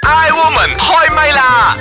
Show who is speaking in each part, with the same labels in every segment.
Speaker 1: Iwoman 開唛啦！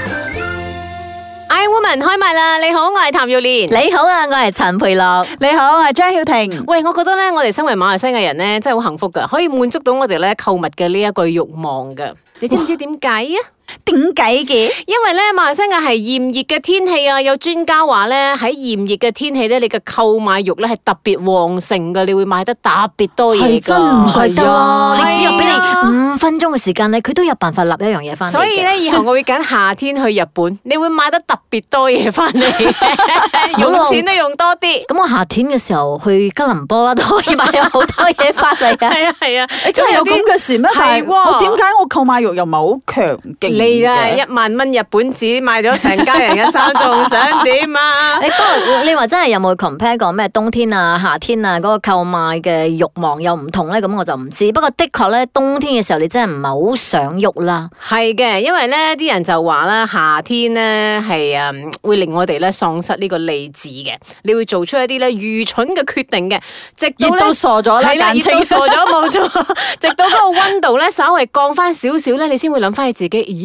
Speaker 2: I Woman 開唛啦！你好，我係譚耀蓮。
Speaker 3: 你好啊，我係陳培樂。
Speaker 4: 你好，我係張曉婷。
Speaker 2: 喂，我覺得咧，我哋身為馬來西亞人咧，真係好幸福噶，可以滿足到我哋咧購物嘅呢一個慾望噶。你知唔知點解啊？
Speaker 4: 點解嘅？
Speaker 2: 因為咧，馬來西亞係炎熱嘅天氣啊，有專家話咧，喺炎熱嘅天氣咧，你嘅購買慾咧係特別旺盛嘅，你會買得特別多嘢㗎。
Speaker 3: 真唔怪得啦，
Speaker 4: 係啊
Speaker 3: 你只有俾
Speaker 4: 係
Speaker 3: 你
Speaker 4: 啊
Speaker 3: 五分鐘嘅時間咧，佢都有辦法立一樣嘢翻嚟嘅。
Speaker 2: 所以咧，以後我會揀夏天去日本，你會買得特別多嘢翻 嚟，用錢都用多啲。
Speaker 3: 咁我夏天嘅時候去吉隆坡啦，都可以買有好多嘢翻嚟嘅。
Speaker 2: 係啊係啊，
Speaker 4: 你真係有
Speaker 2: 啲
Speaker 4: 咁嘅事咩？但
Speaker 2: 係
Speaker 4: 係
Speaker 2: 喎
Speaker 4: 我點解我購買欲又唔係好強勁
Speaker 2: 你啊，
Speaker 4: 嘅
Speaker 2: 一萬蚊日本紙買咗成家人嘅衫，仲想點啊？
Speaker 3: 你不過你話真係有冇 compare 過咩冬天啊、夏天啊嗰、個購買嘅慾望又唔同咧？咁我就唔知。不過的確咧，冬天嘅時候你真係唔係好想喐啦。
Speaker 2: 係嘅，因為咧啲人就話啦，夏天咧係啊會令我哋咧喪失呢個理智嘅，你會做出一啲咧愚蠢嘅決定嘅，直到
Speaker 4: 熱
Speaker 2: 咧
Speaker 4: 到傻咗啦，
Speaker 2: 係啦，
Speaker 4: 簡
Speaker 2: 熱到傻
Speaker 4: 稱。
Speaker 2: 咗冇錯， 直到嗰個温度咧稍微降翻少少咧，你先會諗翻起自己，咦？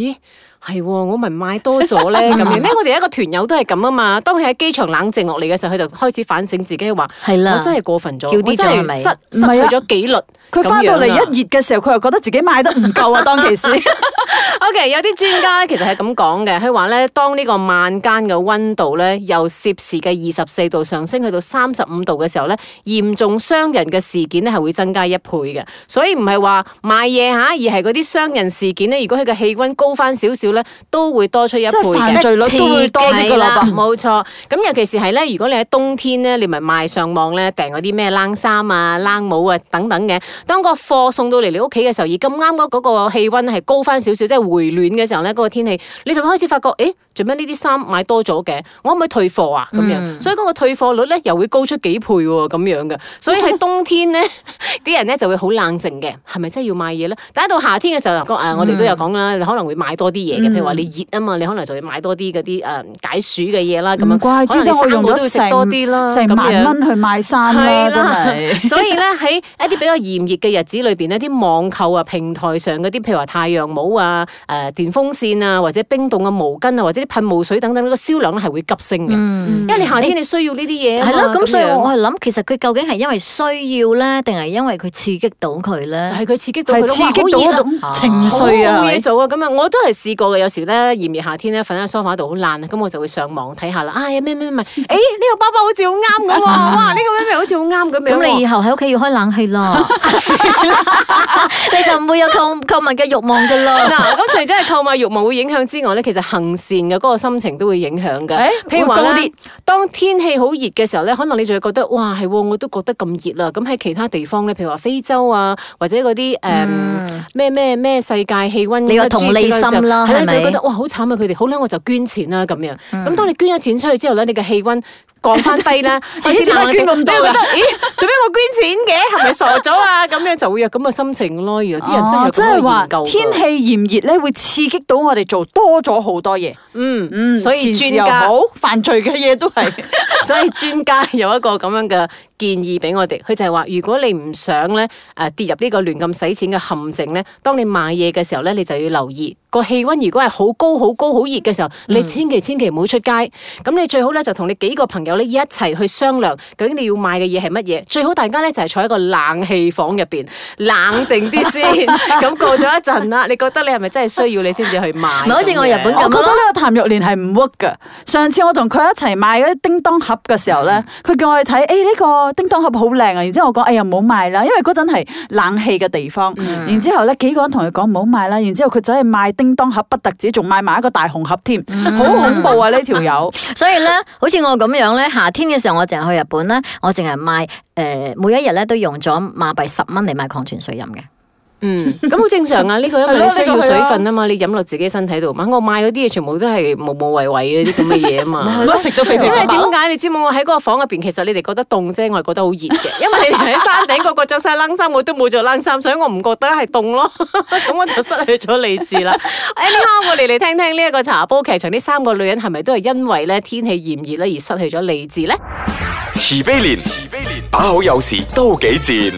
Speaker 2: 係喎，我咪買多咗咧咁 樣咧，我哋一個團友都係咁啊嘛。當佢喺機場冷靜落嚟嘅時候，佢就開始反省自己話：
Speaker 3: 係啦
Speaker 2: 我真係過分咗，
Speaker 3: 叫啲
Speaker 2: 我真
Speaker 3: 咗係
Speaker 2: 係
Speaker 3: 咪
Speaker 2: 失失
Speaker 4: 唔係啊
Speaker 2: 去咗 紀律。
Speaker 4: 佢翻到嚟
Speaker 2: 咁樣啊
Speaker 4: 一熱嘅時候，佢又覺得自己買得唔 夠啊！當其時，
Speaker 2: O.K. 有啲專家咧，其實係咁講嘅，佢話咧，當呢個晚間嘅温度咧由攝氏嘅二十四度上升去到三十五度嘅時候咧，嚴重傷人嘅事件咧係會增加一倍嘅。所以唔係話買嘢嚇，而係嗰啲傷人事件咧，如果佢嘅氣温高翻少少咧，都會多出一倍
Speaker 4: 即係
Speaker 2: 嘅
Speaker 4: 犯。罪率都會多啲
Speaker 2: 係
Speaker 4: 噶
Speaker 2: 啦
Speaker 4: 啦，噃。
Speaker 2: 冇錯。咁尤其是係咧，如果你喺冬天咧，你咪賣上網咧訂嗰啲咩冷衫啊、冷帽啊等等嘅。當個貨送到嚟你屋企嘅時候，而咁啱嗰嗰個氣温係高翻少少，即係回暖嘅時候咧，嗰、個天氣你就會開始發覺，誒做咩呢啲衫買多咗嘅？我可唔可以退貨啊？咁樣，
Speaker 3: 嗯
Speaker 2: 所以嗰個退貨率咧又會高出幾倍喎，咁樣嘅。所以喺冬天咧，啲人咧就會好冷靜嘅，係咪真係要買嘢咧？但係到夏天嘅時候，嗱個誒我哋都有講啦，你可能會買多啲嘢嘅，譬如話你熱啊嘛，你可能就會買多啲嗰啲誒解暑嘅嘢啦，咁
Speaker 4: 唔
Speaker 2: 樣。
Speaker 4: 怪之得嗯我用
Speaker 2: 啊可能你生
Speaker 4: 咗
Speaker 2: 果都要食多啲啦
Speaker 4: 成成
Speaker 2: 咁
Speaker 4: 萬
Speaker 2: 樣
Speaker 4: 蚊去買衫啦，真係。
Speaker 2: 所以咧喺一啲比較炎熱嘅日子裏邊呢啲網購啊、平台上嗰啲，譬如話太陽帽啊、誒、電風扇啊，或者冰凍嘅毛巾啊，或者啲噴霧水等等，呢個銷量咧係會急升嘅。
Speaker 3: 嗯。
Speaker 2: 因為你夏天你需要呢啲嘢啊
Speaker 3: 係
Speaker 2: 嘛
Speaker 3: 咯，咁所以
Speaker 2: 樣
Speaker 3: 我我係諗，其實佢究竟係因為需要咧，定係因為佢刺激到佢咧
Speaker 2: 就？係佢刺 激到佢
Speaker 4: 係
Speaker 2: 咯
Speaker 4: 刺
Speaker 2: 哇
Speaker 4: 激
Speaker 2: 好
Speaker 4: 到
Speaker 2: 熱
Speaker 4: 嗰
Speaker 2: 啊
Speaker 4: 種情
Speaker 2: 好
Speaker 4: 緒啊！係
Speaker 2: 冇
Speaker 4: 咪
Speaker 2: 嘢做啊！咁啊，我都係試過嘅。有時咧炎熱夏天咧，瞓喺梳化度好爛啊，咁我就會上網睇下啦。啊，有咩咩咩，誒呢個包包好似好啱 咁喎，哇呢個咩咩好似好啱咁樣
Speaker 3: 咁你以
Speaker 2: 喎。
Speaker 3: 後喺屋企要開冷氣 啦， 你就唔會有購購物嘅慾望噶啦。
Speaker 2: 嗱，咁除咗係購買慾望會影響之外咧，其實行善嘅嗰個心情都會影響嘅。
Speaker 4: 誒
Speaker 2: 譬如話
Speaker 4: 會高
Speaker 2: 咧
Speaker 4: 啲，
Speaker 2: 當天氣好熱嘅時候咧，可能你就會覺得哇係喎，我都覺得咁熱啦。咁喺其他地方咧，譬如話非洲啊，或者嗰啲誒
Speaker 3: 嗯，
Speaker 2: 咩咩咩世界氣温，啊
Speaker 3: 你有同理心啦
Speaker 2: 係啦
Speaker 3: 係咪
Speaker 2: 就會覺得哇好慘啊！佢哋好啦，我就捐錢
Speaker 4: 嗯
Speaker 2: 啦咁樣。咁、當你捐咗錢出去之後咧，你嘅氣温降翻低 啦，開始
Speaker 4: 點解
Speaker 2: 冷冷地
Speaker 4: 捐咁多
Speaker 2: 你會覺
Speaker 4: 㗎
Speaker 2: 得咦，做咩我捐錢嘅？係咪傻咗啊？咁樣就會有咁嘅心情咯。有啲人真係
Speaker 4: 哦
Speaker 2: 有
Speaker 4: 即
Speaker 2: 咁
Speaker 4: 係
Speaker 2: 嘅
Speaker 4: 話
Speaker 2: 研究㗎。
Speaker 4: 天氣炎熱咧，會刺激到我哋做多咗好多嘢。
Speaker 2: 嗯
Speaker 4: 嗯，
Speaker 2: 所以
Speaker 4: 善
Speaker 2: 專
Speaker 4: 事又
Speaker 2: 家
Speaker 4: 好，犯罪嘅嘢都係。
Speaker 2: 所以專家有一個咁樣嘅建議俾我哋，佢就係話：如果你唔想咧誒、呃跌入呢個亂咁使錢嘅陷阱咧，當你買嘢嘅時候咧，你就要留意個氣温。如果係好高、好高、好熱嘅時候，你千祈千祈唔好出街。咁、你最好咧就同你幾個朋友咧一齊去商量，究竟你要買嘅嘢係乜嘢。最好大家咧就係坐喺個冷氣房入邊，冷靜啲先。咁過咗一陣啦，你覺得你係咪真係需要你先至去買？
Speaker 3: 咪好似我日本
Speaker 4: 我
Speaker 3: 咁
Speaker 4: 覺得呢個譚玉蓮係唔 work 㗎。上次我同佢一齊買嗰啲叮當盒嘅時候咧，佢叫我哋睇，誒呢個叮當盒好靚啊！然之後我講，哎呀唔好買啦，因為嗰陣係冷氣嘅地方。然之後咧幾個人同佢講唔好買啦，然之後佢走去買叮當盒，不特止仲買埋一個大紅盒添，好恐怖啊呢條 友！
Speaker 3: 所以咧，好似我咁樣咧，夏天嘅時候我淨係去日本咧，我淨係買誒每一日咧都用咗馬幣十蚊嚟買礦泉水飲嘅。
Speaker 2: 嗯，咁好正常啊！呢個因為
Speaker 4: 係咯
Speaker 2: 你需要
Speaker 4: 呢個係
Speaker 2: 水
Speaker 4: 啊
Speaker 2: 分啊嘛，你飲落自己身體度嘛。我買嗰啲嘢全部都係無無謂謂嗰啲咁嘅嘢啊 嘛。
Speaker 4: 我食到肥
Speaker 2: 因
Speaker 4: 肥白
Speaker 2: 為
Speaker 4: 白
Speaker 2: 點解你知冇？我喺嗰個房入邊，其實你哋覺得凍啫，我係覺得好熱嘅。因為你哋喺山頂個個着晒冷衫，我都冇着冷衫，所以我唔覺得係凍 咯。咁我就失去咗理智啦。Anyhow，我哋嚟聽聽呢一個茶煲劇場呢三個女人係咪都係因為咧天氣炎熱咧而失去咗理智咧？
Speaker 1: 慈悲蓮，慈悲蓮，把好有時都幾賤。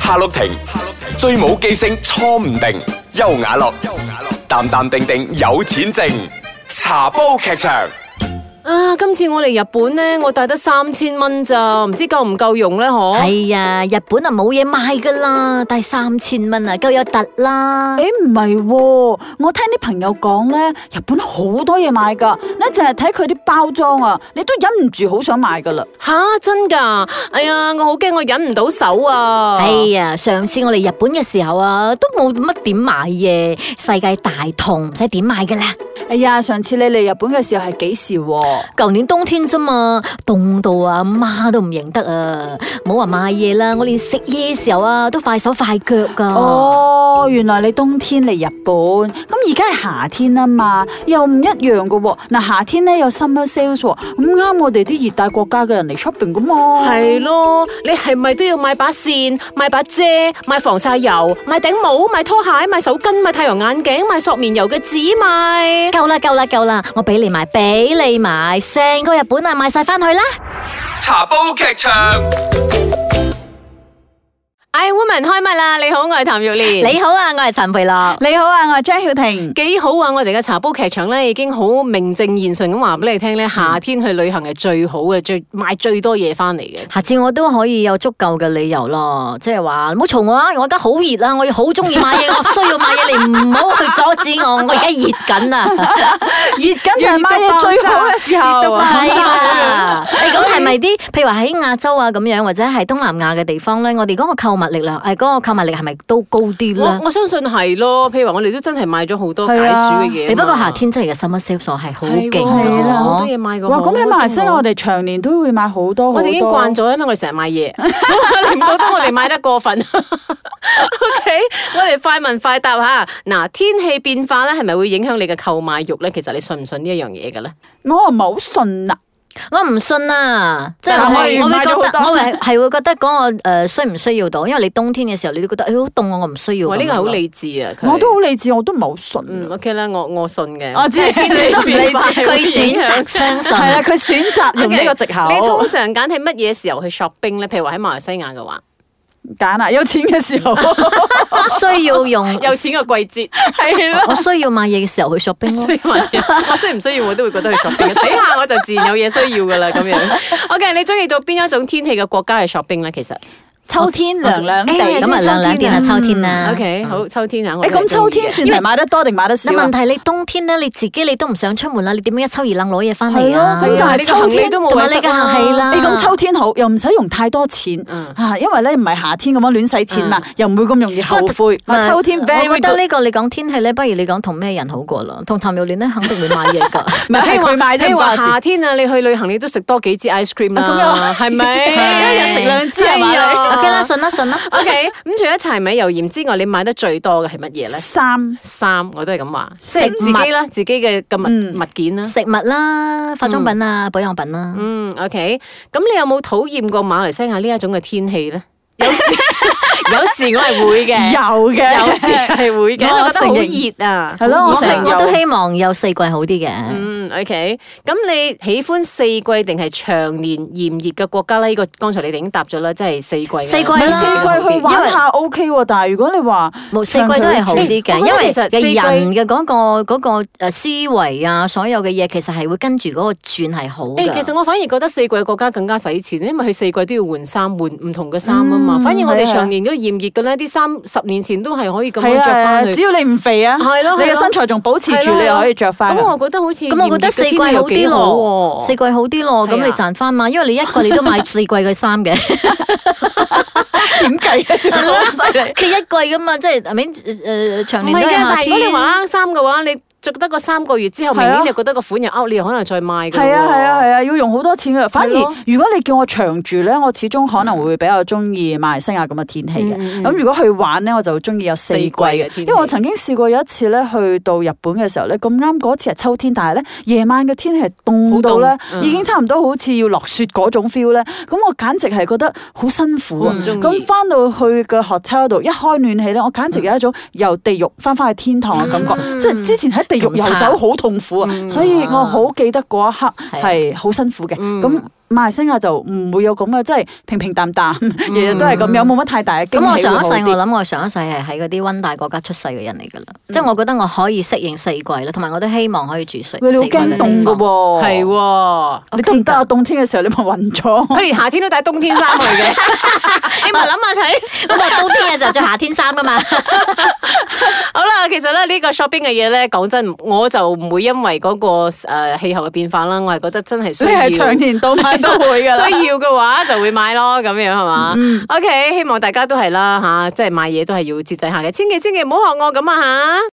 Speaker 1: 夏綠庭，夏綠庭，最冇記性錯唔定。優雅樂，優雅樂，淡淡定定有錢剩，茶煲劇場。
Speaker 2: 啊！今次我嚟日本咧，我帶得三千蚊咋，唔知夠唔夠用咧？嗬、
Speaker 3: 系啊，日本啊冇嘢賣噶啦，但係三千蚊啊夠有突啦。
Speaker 4: 诶，唔係喎，我聽啲朋友講咧，日本好多嘢買㗎，你淨係睇佢啲包裝啊，你都忍唔住好想買㗎啦。
Speaker 2: 吓、真噶！哎呀，我好驚我忍唔到手啊！
Speaker 3: 哎呀，上次我嚟日本嘅時候啊，都冇乜點買嘢，世界大同唔使點買噶啦。
Speaker 4: 哎呀，上次你嚟日本嘅時候係幾時喎？
Speaker 3: 舊年冬天啫嘛，凍到啊媽都唔認得啊！冇話買嘢啦，我連食嘢嘅時候啊都快手快腳噶。
Speaker 4: 哦，原來你冬天嚟日本，咁而家係夏天啊嘛，又唔一樣㗎喎。嗱，夏天咧有 summer sales，喎咁啱我哋啲熱帶國家嘅人嚟 shopping 㗎嘛。
Speaker 2: 係咯，你係咪都要買把扇、買把遮、買防曬油、買頂帽、買拖鞋、買手巾、買太陽眼鏡、買索棉油嘅紙咪？
Speaker 3: 夠啦夠啦夠啦，我俾你買，俾你買，成個日本啊買晒翻去啦。
Speaker 1: 茶煲劇場。
Speaker 2: 哎，woman 開唛啦！你好，我係譚玉蓮。
Speaker 3: 你好啊，我係陳培樂。
Speaker 4: 你好啊，我係張曉婷。
Speaker 2: 幾好啊！我哋嘅茶煲劇場咧，已經好名正言順咁話俾你聽咧，夏天去旅行係最好嘅，最買最多嘢翻嚟嘅。
Speaker 3: 下次我都可以有足夠嘅理由咯，即係話唔好嘈我啊！我而家好熱啦，我要好中意買嘢， 我需要買嘢，你唔好去阻止我，我而家熱緊啊！
Speaker 4: 熱緊就係買嘢最好嘅時候。
Speaker 3: 係啊，你咁係咪啲？譬如話喺亞洲啊咁樣，或者係東南亞嘅地方咧，我哋嗰個購物力量，誒嗰個購物力係咪都高啲
Speaker 2: 我
Speaker 3: 咧？
Speaker 2: 我相信係咯，譬如話我哋都真係買咗好多解暑
Speaker 4: 係啊
Speaker 2: 嘅嘢嘛。
Speaker 3: 你不過夏天真係嘅 summer sales 係好勁
Speaker 4: 係
Speaker 2: 啦，啊好多
Speaker 3: 㗎
Speaker 2: 嘢買㗎。
Speaker 4: 哇！咁喺馬來西亞，我
Speaker 2: 哋
Speaker 4: 哋長年都會買好多，
Speaker 2: 我哋已經
Speaker 4: 好多
Speaker 2: 慣咗，因為我哋成日買嘢，你唔覺得我哋買得過分？OK，我哋快問快答下。嗱，天氣變化咧，係咪會影響你嘅購買欲咧？其實你信唔信呢一樣嘢嘅咧？
Speaker 4: 我唔係好信啊，
Speaker 3: 我唔信啊！即係
Speaker 4: 但係
Speaker 3: 我
Speaker 4: 可以
Speaker 3: 會我會
Speaker 4: 買
Speaker 3: 覺
Speaker 4: 咗
Speaker 3: 得，
Speaker 4: 好多
Speaker 3: 我會係會覺得嗰個誒需唔需要到？因為你冬天嘅時候，你都覺得誒好凍啊，我唔需要咁樣咯。
Speaker 2: 哇，呢個係好理智啊！佢
Speaker 4: 我都好理智，我都唔係好信。
Speaker 2: 嗯 Ừ, OK 啦，我我信嘅。
Speaker 4: 我
Speaker 2: 即
Speaker 4: 知
Speaker 2: 係天氣
Speaker 4: 你都唔理智
Speaker 2: 變化係會
Speaker 3: 佢選
Speaker 2: 影響
Speaker 3: 擇相信。
Speaker 4: 係啦，佢選擇用呢個藉
Speaker 2: OK，你通
Speaker 4: 口
Speaker 2: 常揀係乜嘢時候去 shopping 咧？譬如話喺馬來西亞嘅話，
Speaker 4: 揀啊，有錢嘅 時候
Speaker 3: 我需要用，
Speaker 2: 有錢嘅季節。
Speaker 4: 係啦。
Speaker 3: 我需要買嘢嘅時候 去 shopping 咯。
Speaker 2: 需要買嘢，我需唔需要我都會覺得去 shopping 嘅。睇下我就自然有嘢需要噶啦咁 樣。OK，你中意到邊一種天氣嘅國家去 shopping 咧？其實
Speaker 4: 啊秋天涼涼嗯地
Speaker 2: 哎呀
Speaker 3: 咁啊，兩兩天啊，秋天啦。
Speaker 2: OK，好秋天啊，我都係
Speaker 4: 誒哎咁秋天
Speaker 2: 鍾意嘅
Speaker 4: 算係買得多定買得少
Speaker 3: 嗱，
Speaker 4: 啊
Speaker 3: 問？題你冬天咧，你自己你都唔想出門啦，你點樣一抽二冷攞嘢翻
Speaker 4: 係
Speaker 3: 嚟
Speaker 4: 咯
Speaker 3: 啊？
Speaker 4: 咁但係
Speaker 2: 你個行李
Speaker 4: 秋天
Speaker 2: 都冇
Speaker 3: 同埋
Speaker 2: 位
Speaker 3: 你嘅
Speaker 2: 塞啊
Speaker 3: 係啦
Speaker 4: 你哎咁秋天好，又唔使用太多錢
Speaker 2: 嗯
Speaker 4: 啊，因為咧唔係夏天咁樣亂使錢嘛，又唔會咁容易後悔。
Speaker 3: 嗱
Speaker 4: 啊秋天 very
Speaker 3: 我覺得
Speaker 4: good，
Speaker 3: 呢個你講天氣咧，不如你講同咩人好過啦。同譚玉蓮咧，肯定會買嘢㗎。
Speaker 4: 唔係係佢買
Speaker 2: 譬
Speaker 4: 啫，
Speaker 2: 如
Speaker 4: 唔關
Speaker 2: 話
Speaker 4: 我事
Speaker 2: 夏天啊，你去旅行你都食多幾支 ice cream
Speaker 4: 啊咁
Speaker 2: 啦，係咪？
Speaker 3: 係
Speaker 4: 一日食兩支係嘛
Speaker 2: 哎呀
Speaker 4: 你
Speaker 3: OK 啦，信啦信啦。
Speaker 2: OK，咁除咗柴米油鹽之外，你買得最多嘅係乜嘢咧？
Speaker 4: 衫
Speaker 2: 衫我都係咁話，即
Speaker 3: 食
Speaker 2: 係
Speaker 3: 物
Speaker 2: 自己啦，自己嘅嘅
Speaker 4: 嗯
Speaker 2: 物物件啦。
Speaker 3: 食物啦，化妝品啊，保養品啦。
Speaker 2: 嗯，OK，咁你有冇討厭過馬來西亞呢一種嘅天氣咧？ 有時有時我係會嘅，
Speaker 4: 有嘅，
Speaker 2: 有時係會嘅，因為
Speaker 4: 我
Speaker 2: 覺得好
Speaker 4: 承認
Speaker 2: 熱啊。
Speaker 4: 係咯，
Speaker 3: 我
Speaker 4: 我
Speaker 3: 希
Speaker 4: 成日
Speaker 3: 我
Speaker 4: 有
Speaker 3: 都希望有四季好啲嘅。
Speaker 2: 嗯，OK，咁你喜歡四季定係長年炎熱嘅國家咧？呢個剛才你哋已經答咗啦，即係四季㗎。
Speaker 3: 四季
Speaker 4: 唔係
Speaker 3: 啦
Speaker 4: 四季去玩下 O K 喎，但係如果你話
Speaker 3: 冇四季都係好啲嘅，
Speaker 2: 長期
Speaker 3: 因為
Speaker 2: 我覺得其實四季
Speaker 3: 嘅人嘅嗰、個嗰、個呃思維啊，所有嘅嘢其實係會跟住嗰個轉係好
Speaker 2: 誒、
Speaker 3: 嘅。
Speaker 2: 其實我反而覺得四季國家更加使錢，因為佢四季都要換衫，換唔同嘅衫啊嘛。
Speaker 4: 嗯
Speaker 2: 反而我哋
Speaker 4: 係啊
Speaker 2: 長年都炎熱嘅咧，啲衫十年前都係可以咁樣
Speaker 4: 係
Speaker 2: 着
Speaker 4: 啊
Speaker 2: 翻
Speaker 4: 係啊，只
Speaker 2: 去。
Speaker 4: 要你唔肥啊，
Speaker 2: 係咯
Speaker 4: 你
Speaker 2: 係
Speaker 4: 嘅
Speaker 2: 咯
Speaker 4: 身材仲保持
Speaker 2: 係
Speaker 4: 住，
Speaker 2: 咯
Speaker 4: 你又可以着啊翻。
Speaker 2: 咁我覺得好似
Speaker 3: 咁我覺得四季好
Speaker 2: 炎熱嘅天氣又
Speaker 3: 啲
Speaker 2: 幾
Speaker 3: 咯，
Speaker 2: 好
Speaker 3: 四季好啲咯，咁
Speaker 2: 係啊
Speaker 3: 你賺翻嘛？因為你一季你 都買四季嘅衫嘅，
Speaker 4: 點 計 好犀利。
Speaker 3: 佢一季噶嘛，即係誒面誒呃長
Speaker 2: 唔
Speaker 3: 年
Speaker 2: 係
Speaker 3: 都
Speaker 2: 嘅
Speaker 3: 係，
Speaker 2: 但係
Speaker 3: 夏
Speaker 2: 如果你
Speaker 3: 天。
Speaker 2: 話啱衫嘅話，你着得個三個月之後，
Speaker 4: 係
Speaker 2: 明
Speaker 4: 啊
Speaker 2: 年你覺得個款又 out，你又可能再賣嘅喎。
Speaker 4: 係啊係啊係啊，要用好多錢嘅。反而
Speaker 2: 係咯
Speaker 4: 如果你叫我長住咧，我始終可能會比較中意馬來西亞咁嘅天氣
Speaker 2: 嗯嗯
Speaker 4: 嘅。
Speaker 2: 嗯
Speaker 4: 咁如果去玩咧，我就中意有四季
Speaker 2: 四季嘅
Speaker 4: 嘅，
Speaker 2: 天氣
Speaker 4: 因為我曾經試過有一次咧，去到日本嘅時候咧，咁啱嗰次係秋天，但係咧夜晚嘅天氣係凍到
Speaker 2: 好凍
Speaker 4: 咧，
Speaker 2: 嗯
Speaker 4: 已經差唔多好似要落雪嗰種 feel 咧。咁我簡直係覺得好辛苦
Speaker 2: 好
Speaker 4: 啊！
Speaker 2: 唔中意
Speaker 4: 咁翻到去嘅
Speaker 2: 嗯
Speaker 4: hotel 度一開暖氣咧，我簡直有一種由地獄翻返去天堂嘅感覺，即係之前喺地哋肉油走好痛苦啊，所以我好記得嗰一刻
Speaker 3: 啊
Speaker 4: 係好辛苦嘅。
Speaker 2: 嗯
Speaker 4: 咁馬來西亞就唔會有咁嘅，即係平平淡淡，日日都係咁樣，冇乜太大嘅驚喜
Speaker 3: 咁我上一世
Speaker 4: 會好
Speaker 3: 我
Speaker 4: 啲
Speaker 3: 諗我上一世係喺嗰啲温帶國家出世嘅人嚟㗎啦，
Speaker 2: 嗯
Speaker 3: 即係我覺得我可以適應四季啦，同埋我都希望可以住水。
Speaker 4: 喂，你好
Speaker 3: 四季嘅
Speaker 4: 驚
Speaker 3: 地方
Speaker 4: 凍㗎喎，
Speaker 2: 係喎。
Speaker 4: 你得唔得啊？冬天嘅時候你咪暈咗。
Speaker 2: 佢連夏天都帶冬天衫去 嘅， 你咪諗下睇。
Speaker 3: 咁我冬天嘅時候着夏天衫㗎嘛。
Speaker 2: 好啦，其實咧呢個 shopping 嘅嘢咧，講真，我就唔會因為嗰個誒氣候嘅變化啦，我係覺得真 係需
Speaker 4: 你
Speaker 2: 要。
Speaker 4: 係長年到晚都會㗎 啦。嗯
Speaker 2: 需要嘅話就會買咯，咁樣係嘛、o k 希望大家都係啦吓，即係買嘢都係要節制下嘅，千祈千祈唔好學我咁啊吓。